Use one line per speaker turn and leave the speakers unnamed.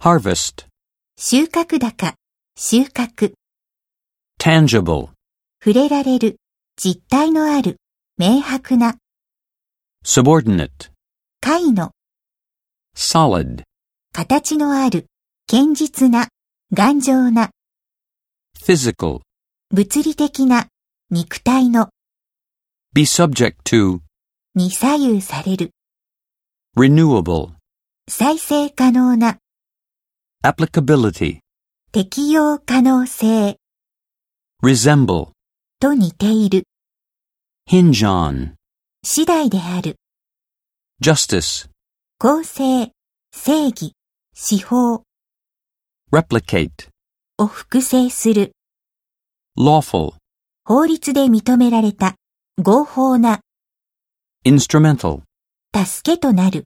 harvest,
収穫高、収穫、
tangible,
触れられる、実体のある、明白な、
subordinate,
解の、
solid,
形のある、堅実な、頑丈な、
physical,
物理的な、肉体の、
be subject to,
に左右される、
renewable,
再生可能な、
applicability,
適用可能性、
resemble,
と似ている、
hinge on,
次第である、
justice,
公正、正義、司法、
replicate,
を複製する、
lawful,
法律で認められた、合法な、
instrumental.
助けとなる。